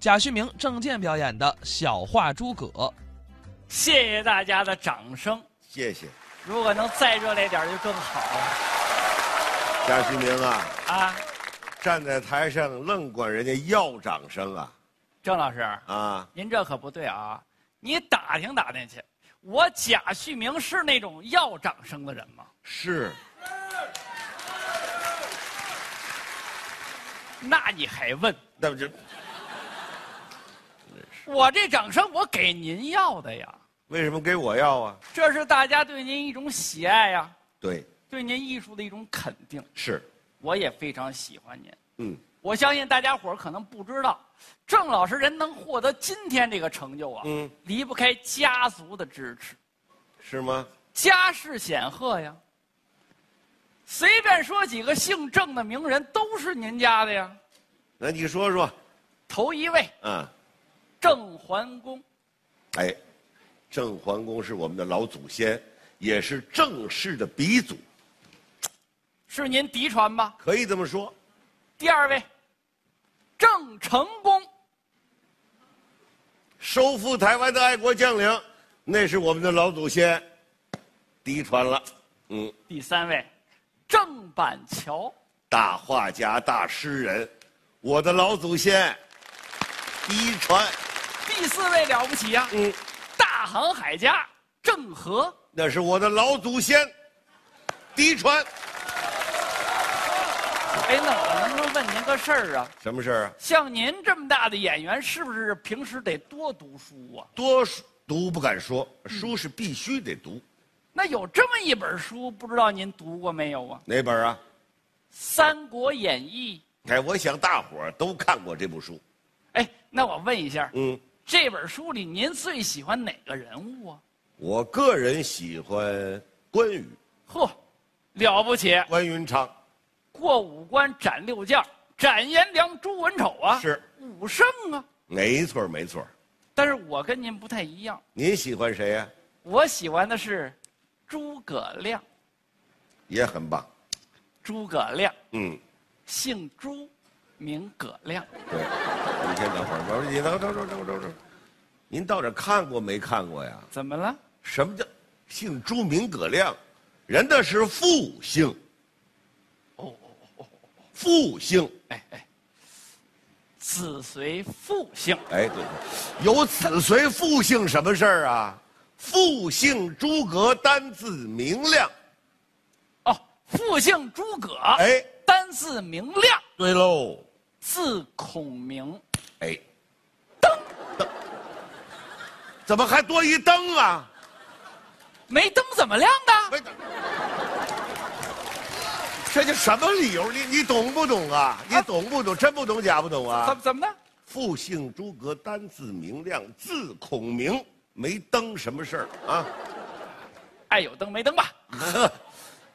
贾旭明、郑健表演的小画诸葛。谢谢大家的掌声，谢谢如果能再热烈点儿就更好贾旭明啊，啊！站在台上愣管人家要掌声啊郑老师，啊！您这可不对啊！你打听打听去，我贾旭明是那种要掌声的人吗？是那你还问？那不就我这掌声我给您要的呀，为什么给我要啊？这是大家对您一种喜爱呀、对，对您艺术的一种肯定。是，我也非常喜欢您，嗯，我相信大家伙儿可能不知道，郑老师人能获得今天这个成就啊，嗯，离不开家族的支持。是吗？家世显赫呀。随便说几个姓郑的名人，都是您家的呀。那你说说，头一位啊，郑桓公，哎，郑桓公是我们的老祖先，也是郑氏的鼻祖，是您嫡传吧？可以这么说。第二位，郑成功，收复台湾的爱国将领，那是我们的老祖先，嫡传了。嗯，第三位，郑板桥，大画家、大诗人，我的老祖先，嫡传。第四位了不起呀、嗯，大航海家郑和。那是我的老祖先，嫡传。哎，那我能不能问您个事儿啊？什么事儿啊？像您这么大的演员，是不是平时得多读书啊？多书读不敢说，书是必须得读。那有这么一本书，不知道您读过没有啊？哪本啊？ 《三国演义哎，我想大伙儿都看过这部书。》。哎，那我问一下，嗯，这本书里您最喜欢哪个人物啊？我个人喜欢关羽、嚯，了不起！关云长。过五关斩六将，斩颜良、诛文丑啊，是武圣啊。没错儿，没错儿。但是我跟您不太一样，您喜欢谁啊呀、我喜欢的是诸葛亮。也很棒。诸葛亮，嗯，姓朱，名葛亮。对。你先等会儿，我说你等等等等等等，您到这看过没看过呀？怎么了？什么叫姓朱名葛亮？人那是复姓。哦哦哦，复姓。哎哎，子随父姓。哎，对，有子随父姓什么事儿啊？父姓诸葛，单字明亮。哦，父姓诸葛，哎单字明亮，对喽。字孔明。哎，灯灯，怎么还多一灯啊？没灯怎么亮啊的？没灯，这叫什么理由？你你懂不懂啊？你懂不懂？真不懂假不懂怎啊么？怎么的？父姓诸葛，单字明亮，字孔明。没灯什么事儿啊？爱哎有灯没灯吧，呵，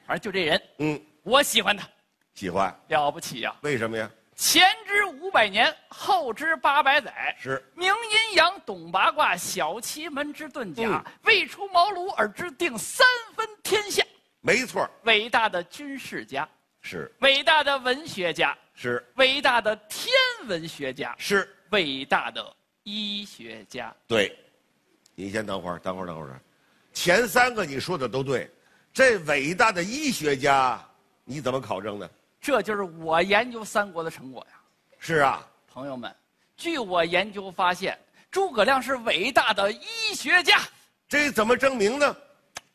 反正就这人，啊 嗯，我喜欢他，喜欢？了不起呀、啊为什么呀？前知五百年，后知八百载，是明阴阳，懂八卦，晓奇门之遁甲，嗯未出茅庐而知定三分天下。没错儿，伟大的军事家，是伟大的文学家，是伟大的天文学家，是。伟大的医学家。对，你先等会儿，等会儿，等会儿。前三个你说的都对，这伟大的医学家你怎么考证的？这就是我研究三国的成果呀。是啊，朋友们，据我研究发现，诸葛亮是伟大的医学家。这怎么证明呢？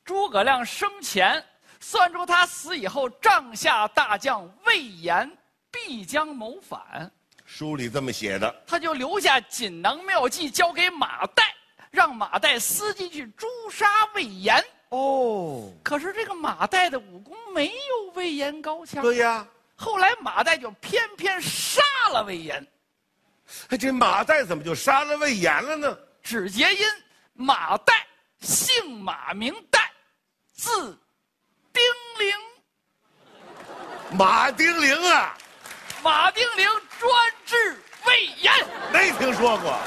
诸葛亮生前算出他死以后，帐下大将魏延必将谋反，书里这么写的，他就留下锦囊妙计交给马岱，让马岱伺机去诛杀魏延。哦，可是这个马岱的武功没有魏延高强，对呀，后来马岱就偏偏杀了魏延。哎这马岱怎么就杀了魏延了呢？只结因马岱，姓马名岱，字丁玲。马丁玲啊，马丁玲专治魏延。没听说过。